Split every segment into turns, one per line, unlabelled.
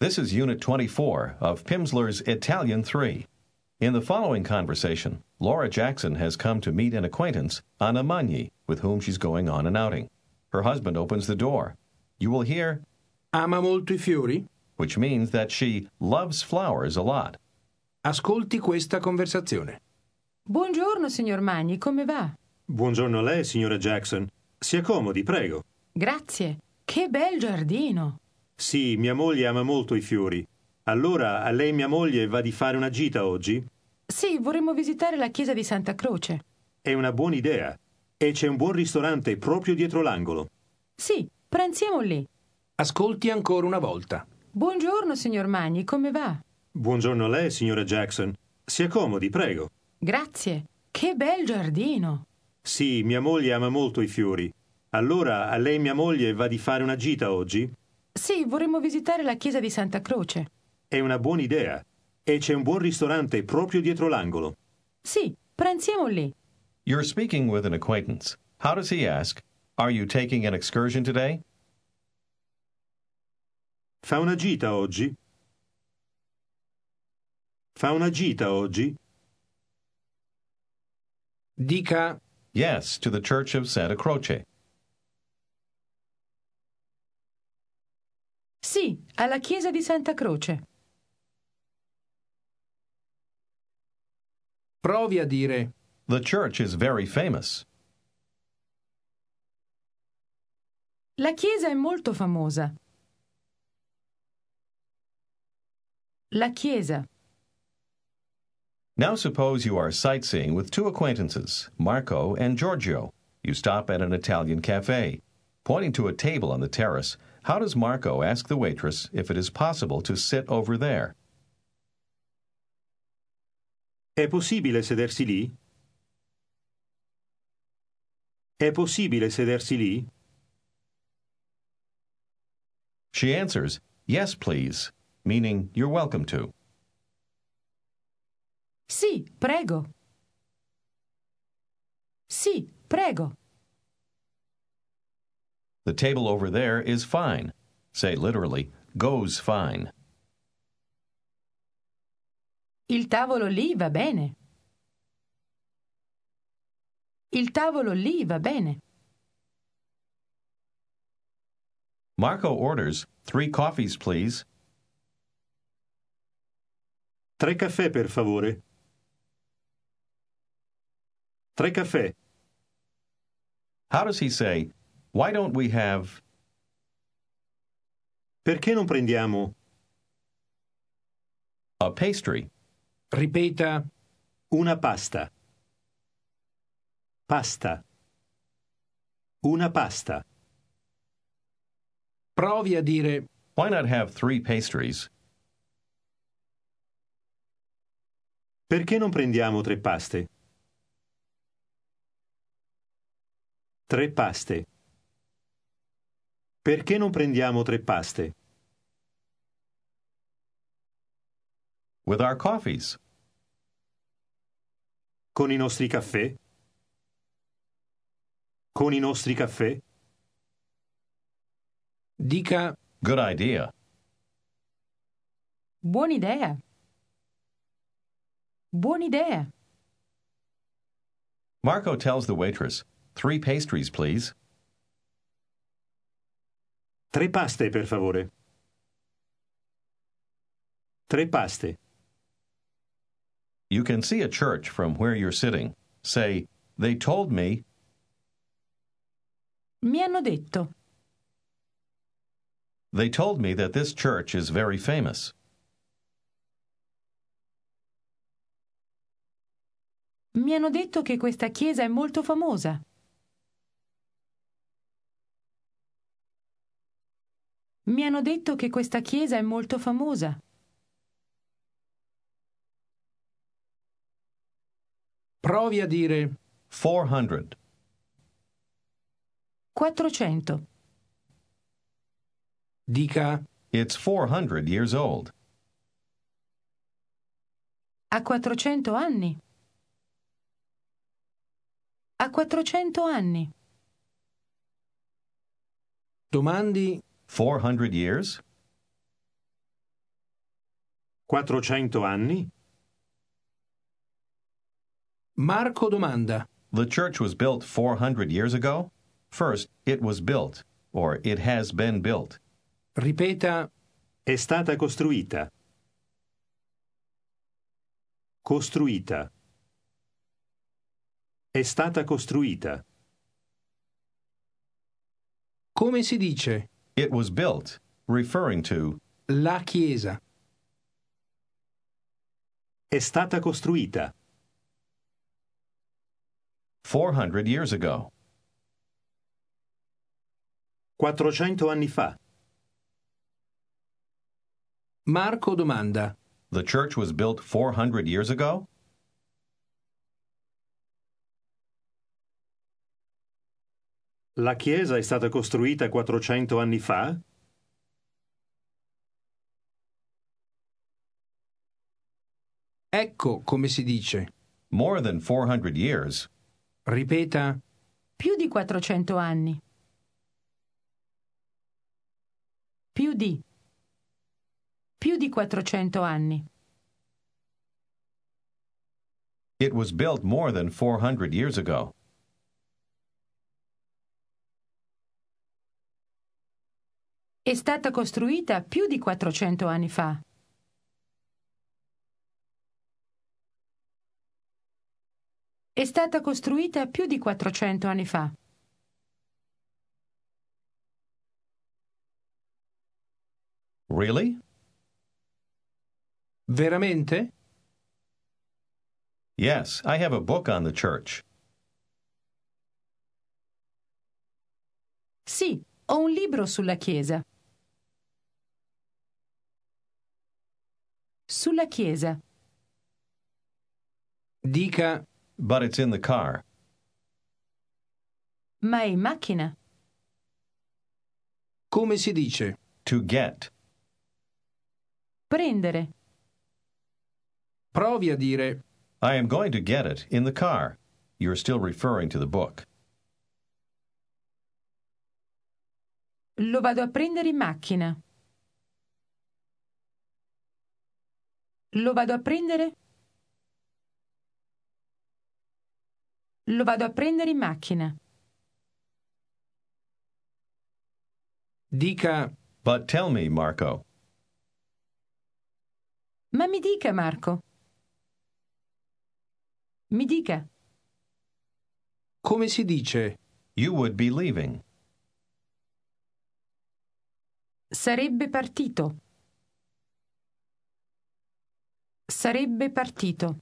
This is Unit 24 of Pimsleur's Italian 3. In the following conversation, Laura Jackson has come to meet an acquaintance, Anna Magni, with whom she's going on an outing. Her husband opens the door. You will hear,
Ama molto i fiori?
which means that she loves flowers a lot.
Ascolti questa conversazione.
Buongiorno, signor Magni, come va?
Buongiorno a lei, signora Jackson. Si accomodi, prego.
Grazie. Che bel giardino!
Sì, mia moglie ama molto i fiori. Allora, a lei mia moglie va di fare una gita oggi?
Sì, vorremmo visitare la chiesa di Santa Croce.
È una buona idea. E c'è un buon ristorante proprio dietro l'angolo.
Sì, pranziamo lì.
Ascolti ancora una volta.
Buongiorno, signor Magni, come va?
Buongiorno a lei, signora Jackson. Si accomodi, prego.
Grazie. Che bel giardino!
Sì, mia moglie ama molto i fiori. Allora, a lei mia moglie va di fare una gita oggi?
Sì, vorremmo visitare la chiesa di Santa Croce.
È una buona idea. E c'è un buon ristorante proprio dietro l'angolo.
Sì, pranziamo lì.
You're speaking with an acquaintance. How does he ask, Are you taking an excursion today?
Fa una gita oggi? Fa una gita oggi?
Dica
Yes, to the Church of Santa Croce.
Sì, alla chiesa di Santa Croce.
provi a dire
The church is very famous.
La chiesa è molto famosa. La chiesa.
Now suppose you are sightseeing with two acquaintances, Marco and Giorgio. You stop at an Italian cafe. Pointing to a table on the terrace, how does Marco ask the waitress if it is possible to sit over there?
È possibile sedersi lì? È possibile sedersi lì?
She answers, Yes, please, meaning you're welcome to.
Sì, prego. Sì, prego.
The table over there is fine. Say literally, goes fine.
Il tavolo lì va bene. Il tavolo lì va bene.
Marco orders, Three coffees, please.
Tre caffè, per favore. Tre caffè.
How does he say, Why don't we have
Perché non prendiamo
a pastry?
Ripeta
una pasta? Pasta. Una pasta.
Provi a dire
Why not have three pastries?
Perché non prendiamo tre paste? Tre paste. Perché non prendiamo tre paste?
With our coffees.
Con i nostri caffè? Con i nostri caffè?
Dica
Good idea.
Buona idea. Buona idea.
Marco tells the waitress, Three pastries, please.
Tre paste, per favore. Tre paste.
You can see a church from where you're sitting. Say, They told me
Mi hanno detto.
They told me that this church is very famous.
Mi hanno detto che questa chiesa è molto famosa. Mi hanno detto che questa chiesa è molto famosa.
Provi a dire
400.
400.
Dica
It's 400 years old.
A 400 anni. A 400 anni.
Domandi
400 years?
400 anni?
Marco domanda.
The church was built 400 years ago? First, it was built, or it has been built.
Ripeta,
È stata costruita. Costruita. È stata costruita.
come si dice?
It was built, referring to
La chiesa.
È stata costruita.
400 years ago.
400 anni fa.
Marco domanda.
The church was built 400 years ago?
La chiesa è stata costruita 400 anni fa?
Ecco come si dice.
More than 400 years.
Ripeta,
Più di 400 anni. Più di. Più di 400 anni.
It was built more than 400 years ago.
È stata costruita più di 400 anni fa. È stata costruita più di 400 anni fa.
Really?
veramente?
Yes, I have a book on the church.
Sì, ho un libro sulla Chiesa. Sulla Chiesa.
Dica,
But it's in the car.
Ma è in macchina.
come si dice?
To get.
Prendere.
Provi a dire.
I am going to get it in the car. You're still referring to the book.
Lo vado a prendere in macchina. Lo vado a prendere. Lo vado a prendere in macchina.
Dica,
But tell me, Marco,
Ma mi dica, Marco. Mi dica,
come si dice?
you would be leaving.
sarebbe partito. Sarebbe partito.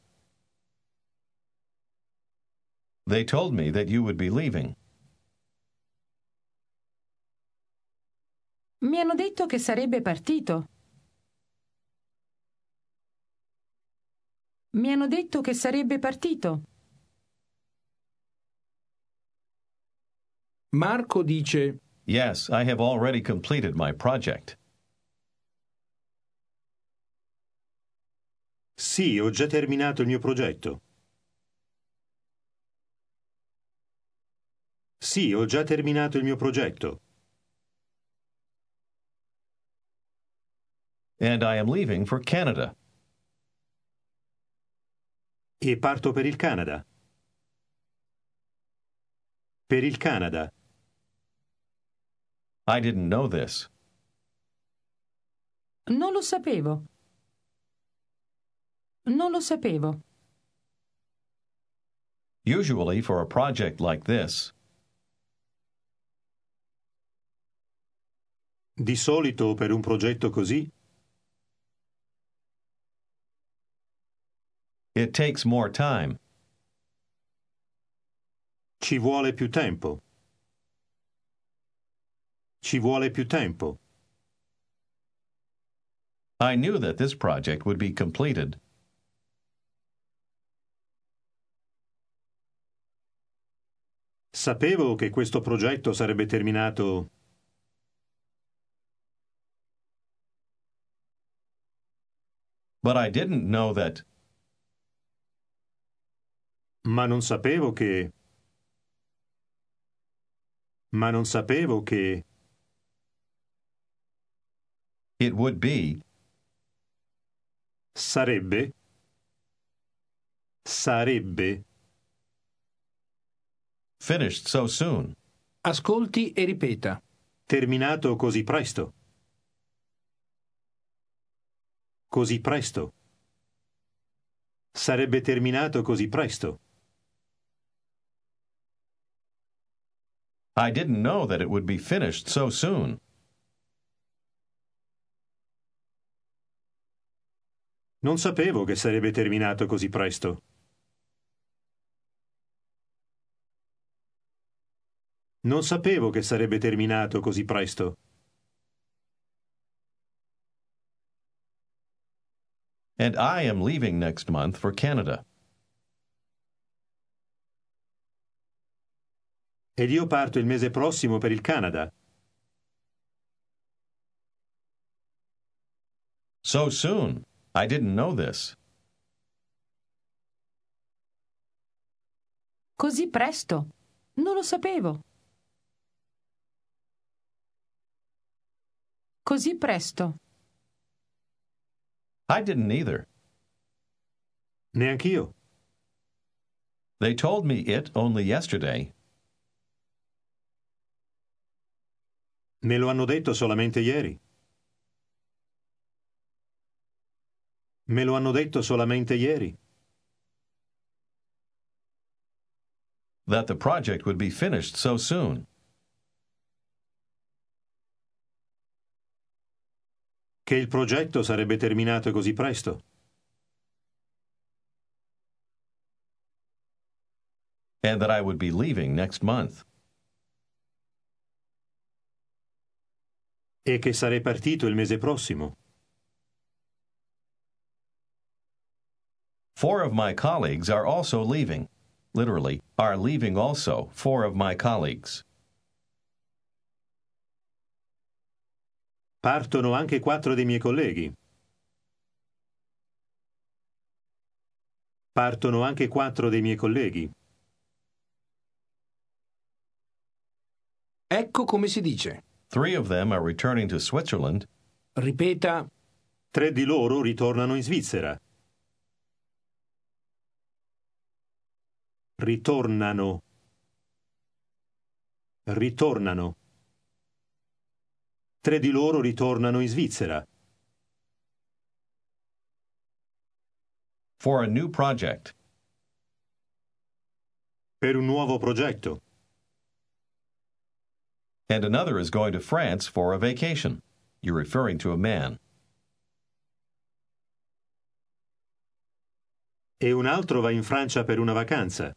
They told me that you would be leaving.
Mi hanno detto che sarebbe partito. Mi hanno detto che sarebbe partito.
Marco dice,
Yes, I have already completed my project.
Sì, ho già terminato il mio progetto. Sì, ho già terminato il mio progetto.
And I am leaving for Canada.
E parto per il Canada. Per il Canada.
I didn't know this.
Non lo sapevo. Non lo sapevo.
Usually, for a project like this,
Di solito per un progetto così
it takes more time.
ci vuole più tempo. Ci vuole più tempo.
I knew that this project would be completed.
Sapevo che questo progetto sarebbe terminato.
But I didn't know that.
Ma non sapevo che... Ma non sapevo che...
It would be
Sarebbe. Sarebbe.
Finished so soon.
Ascolti e ripeta.
Terminato così presto. Così presto. Sarebbe terminato così presto.
I didn't know that it would be finished so soon.
Non sapevo che sarebbe terminato così presto. Non sapevo che sarebbe terminato così presto.
And I am leaving next month for Canada.
Ed io parto il mese prossimo per il Canada.
So soon. I didn't know this.
Così presto. Non lo sapevo. Così presto.
I didn't either.
Neanch'io.
They told me it only yesterday.
Me lo hanno detto solamente ieri. Me lo hanno detto solamente ieri.
That the project would be finished so soon.
Che il progetto sarebbe terminato così presto.
And that I would be leaving next month.
E che sarei partito il mese prossimo.
Four of my colleagues are also leaving. Literally, are leaving also four of my colleagues.
Partono anche quattro dei miei colleghi. Partono anche quattro dei miei colleghi.
Ecco come si dice.
Three of them are returning to Switzerland.
Ripeta.
Tre di loro ritornano in Svizzera. Ritornano. Ritornano. Tre di loro ritornano in Svizzera
For a new project.
per un nuovo progetto
And another is going to France for a vacation. You're referring to a man.
e un altro va in Francia per una vacanza.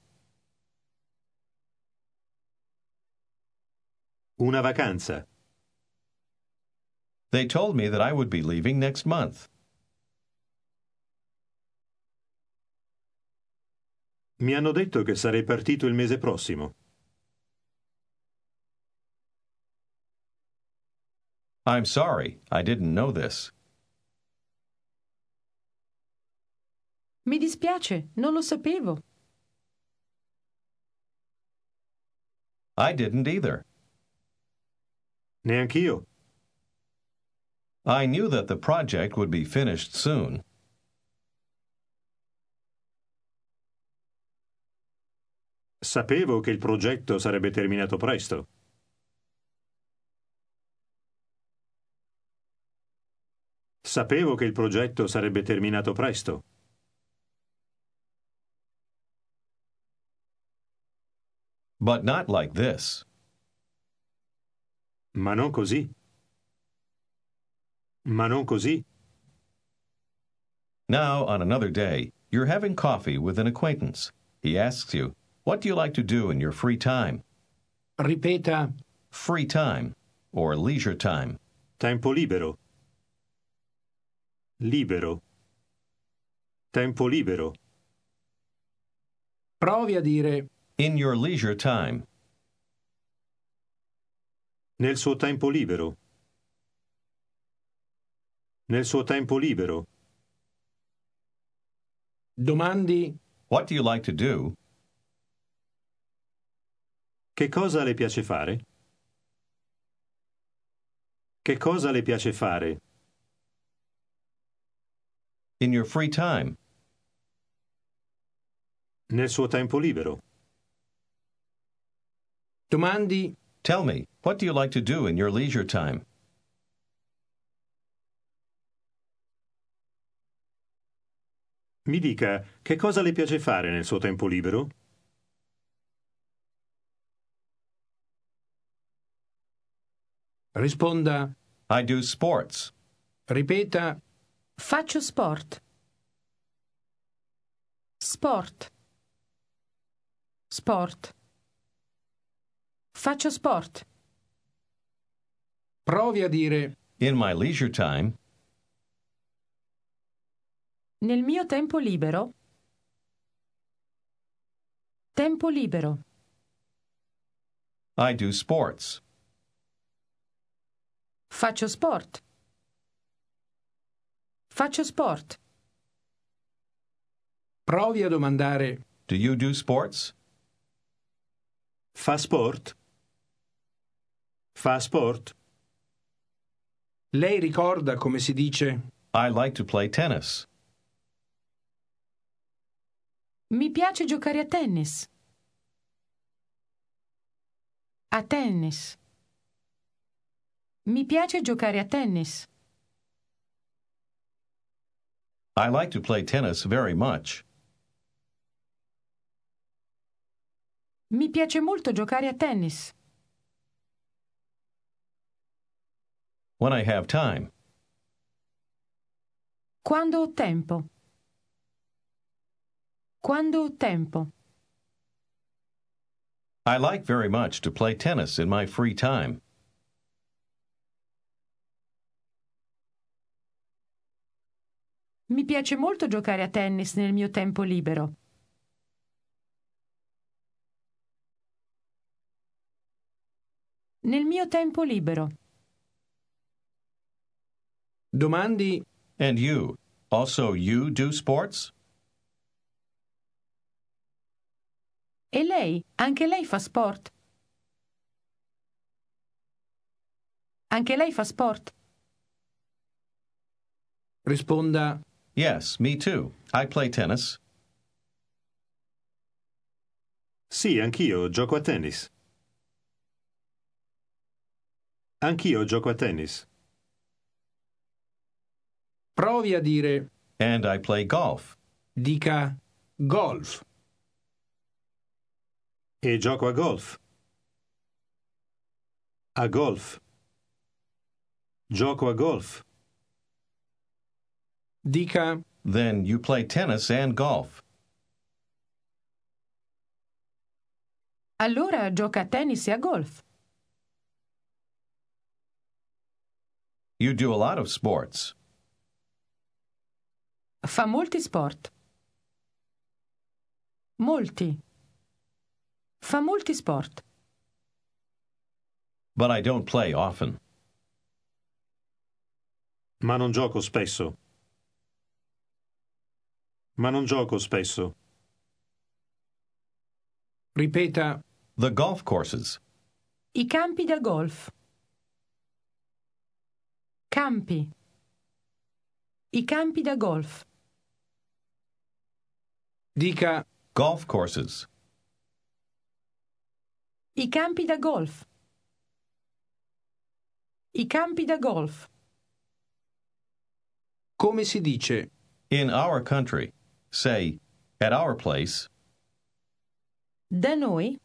Una vacanza.
They told me that I would be leaving next month.
Mi hanno detto che sarei partito il mese prossimo.
I'm sorry, I didn't know this.
Mi dispiace, non lo sapevo.
I didn't either.
Neanch'io.
I knew that the project would be finished soon.
Sapevo che il progetto sarebbe terminato presto. Sapevo che il progetto sarebbe terminato presto.
But not like this.
Ma non così. Ma non così.
Now, on another day, you're having coffee with an acquaintance. He asks you, What do you like to do in your free time?
Ripeta.
Free time, or leisure time.
Tempo libero. Libero. Tempo libero.
Provi a dire.
In your leisure time.
Nel suo tempo libero. Nel suo tempo libero.
Domandi.
What do you like to do?
Che cosa le piace fare? Che cosa le piace fare?
In your free time.
nel suo tempo libero.
domandi,
Tell me, what do you like to do in your leisure time?
Mi dica che cosa le piace fare nel suo tempo libero?
risponda,
I do sports.
ripeta,
Faccio sport. Sport. Sport. Faccio sport.
provi a dire,
In my leisure time,
Nel mio tempo libero. Tempo libero.
I do sports.
Faccio sport. Faccio sport.
provi a domandare,
Do you do sports?
Fa sport? Fa sport?
lei ricorda come si dice,
I like to play tennis.
Mi piace giocare a tennis. A tennis. Mi piace giocare a tennis.
I like to play tennis very much.
Mi piace molto giocare a tennis.
When I have time,
Quando ho tempo. Quando ho tempo.
I like very much to play tennis in my free time.
Mi piace molto giocare a tennis nel mio tempo libero. Nel mio tempo libero.
domandi,
And you? Also, you do sports?
E lei? Anche lei fa sport? Anche lei fa sport?
risponda,
Yes, me too. I play tennis.
Sì, anch'io gioco a tennis. Anch'io gioco a tennis.
provi a dire,
And I play golf.
dica, golf,
E gioco a golf. A golf. Gioco a golf.
dica,
Then you play tennis and golf.
Allora gioca a tennis e a golf.
You do a lot of sports.
Fa molti sport. Molti. Fa molti sport.
But I don't play often.
Ma non gioco spesso. Ma non gioco spesso.
ripeta,
The golf courses.
I campi da golf. Campi. I campi da golf.
dica,
Golf courses.
I campi da golf. I campi da golf.
come si dice,
In our country, say, at our place,
Da noi.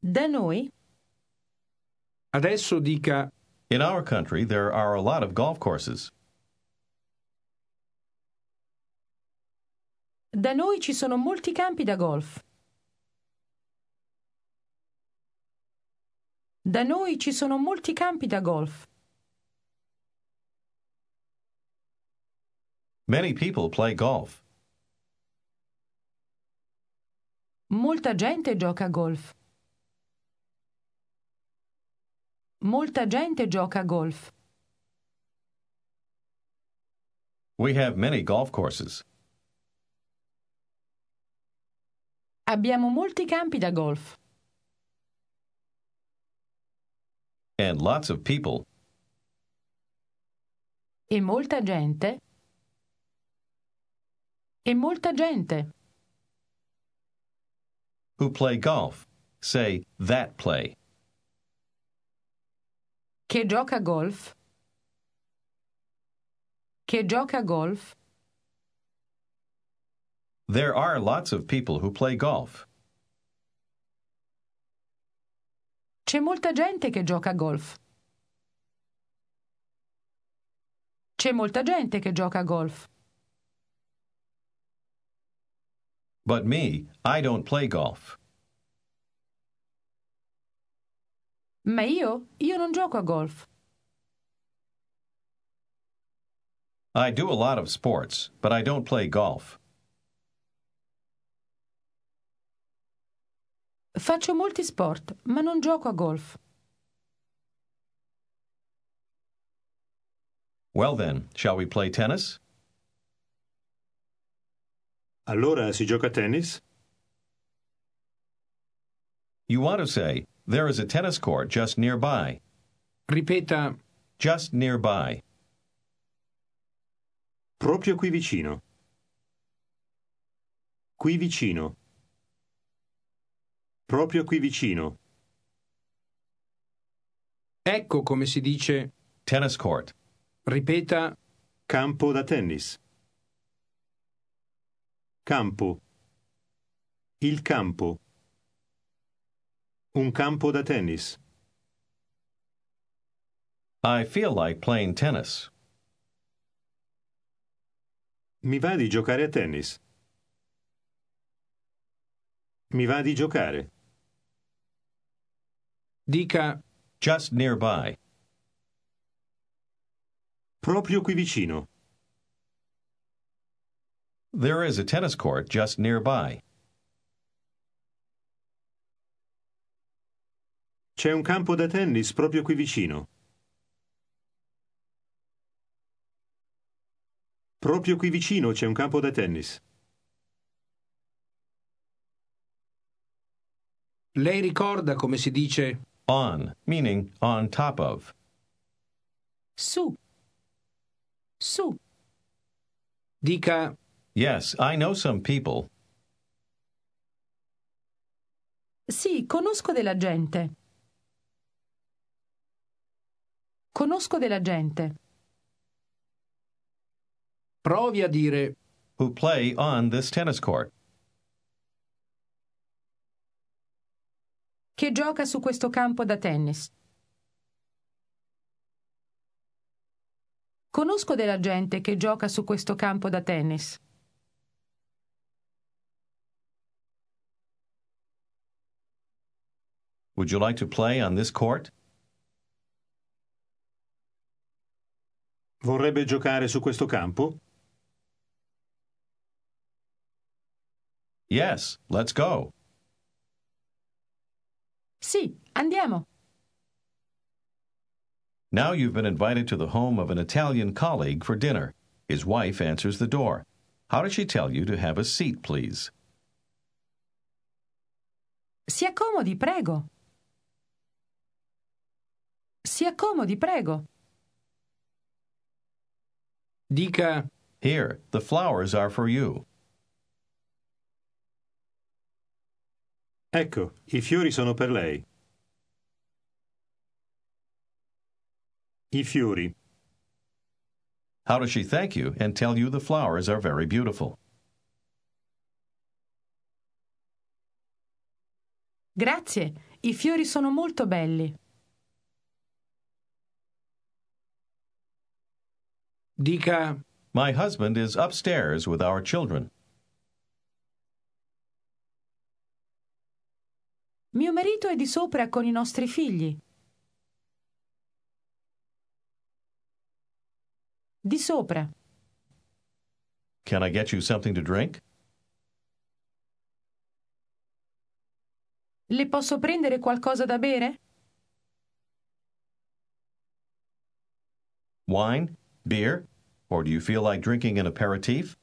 Da noi.
adesso dica,
in our country, there are a lot of golf courses.
Da noi ci sono molti campi da golf. Da noi ci sono molti campi da golf.
Many people play golf.
Molta gente gioca a golf. Molta gente gioca a golf.
We have many golf courses.
Abbiamo molti campi da golf.
And lots of people
E molta gente. e molta gente.
Who play golf. Say that play.
Che gioca a golf. Che gioca a golf.
There are lots of people who play golf.
C'è molta gente che gioca a golf. C'è molta gente che gioca a golf.
But me, I don't play golf.
Ma io, io non gioco a golf.
I do a lot of sports, but I don't play golf.
Faccio molti sport, ma non gioco a golf.
Well then, shall we play tennis?
Allora si gioca a tennis?
You want to say, there is a tennis court just nearby.
Ripeta
Just nearby.
Proprio qui vicino. Qui vicino. Proprio qui vicino.
ecco come si dice
Tennis court.
ripeta
Campo da tennis. Campo. Il campo. Un campo da tennis.
I feel like playing tennis.
Mi va di giocare a tennis. Mi va di giocare.
dica
Just nearby.
Proprio qui vicino.
There is a tennis court just nearby.
C'è un campo da tennis proprio qui vicino. Proprio qui vicino c'è un campo da tennis.
lei ricorda come si dice
On, meaning on top of.
Su. Su.
dica
Yes, I know some people.
Sì, conosco della gente. Conosco della gente
provi a dire
who play on this tennis court.
che gioca su questo campo da tennis. Conosco della gente che gioca su questo campo da tennis.
Would you like to play on this court?
Vorrebbe giocare su questo campo?
Yes, let's go.
Sì, andiamo.
Now you've been invited to the home of an Italian colleague for dinner. His wife answers the door. How does she tell you to have a seat, please?
Si accomodi, prego. Si accomodi, prego.
dica
Here, the flowers are for you.
Ecco, i fiori sono per lei. I fiori.
How does she thank you and tell you the flowers are very beautiful?
Grazie, i fiori sono molto belli.
dica
My husband is upstairs with our children.
Mio marito è di sopra con i nostri figli. Di sopra.
Can I get you something to drink?
Le posso prendere qualcosa da bere?
Wine? Beer? Or do you feel like drinking an aperitif?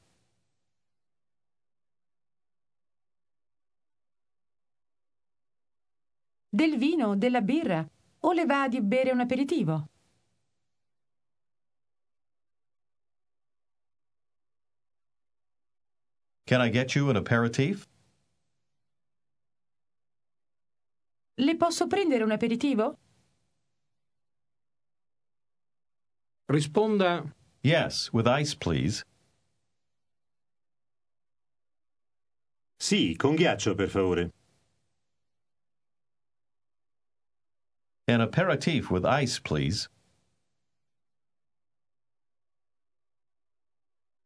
Del vino, della birra? O le va di bere un aperitivo?
Can I get you an aperitif?
Le posso prendere un aperitivo?
Risponda
Yes, with ice, please.
Sì, con ghiaccio, per favore.
An aperitif with ice, please.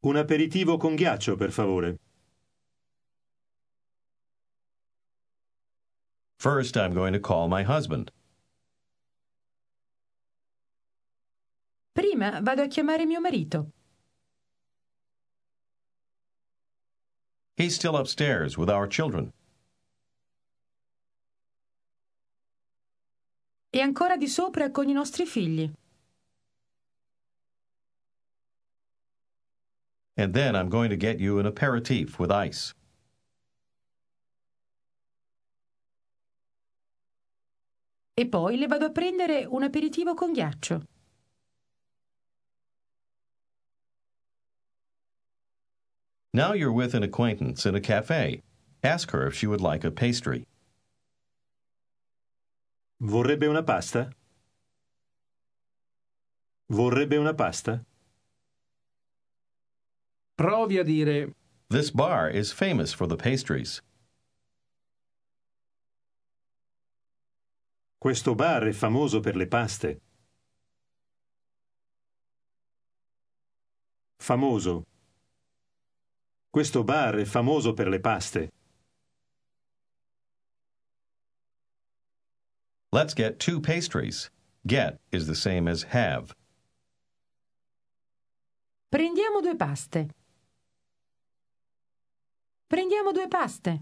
Un aperitivo con ghiaccio, per favore.
First, I'm going to call my husband.
Prima vado a chiamare mio marito.
He's still upstairs with our children.
E ancora di sopra con i nostri figli.
And then I'm going to get you an aperitif with ice.
E poi le vado a prendere un aperitivo con ghiaccio.
Now you're with an acquaintance in a cafe. Ask her if she would like a pastry.
Vorrebbe una pasta? Vorrebbe una pasta?
Provi a dire
This bar is famous for the pastries.
Questo bar è famoso per le paste. Famoso. Questo bar è famoso per le paste.
Let's get two pastries. Get is the same as have.
Prendiamo due paste. Prendiamo due paste.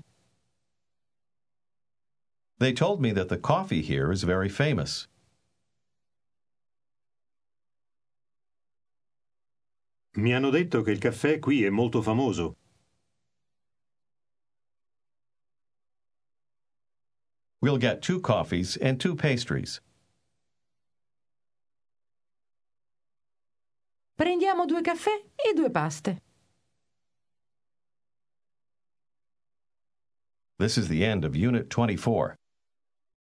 They told me that the coffee here is very famous.
Mi hanno detto che il caffè qui è molto famoso.
We'll get two coffees and two pastries.
Prendiamo due caffè e due paste.
This is the end of Unit 24.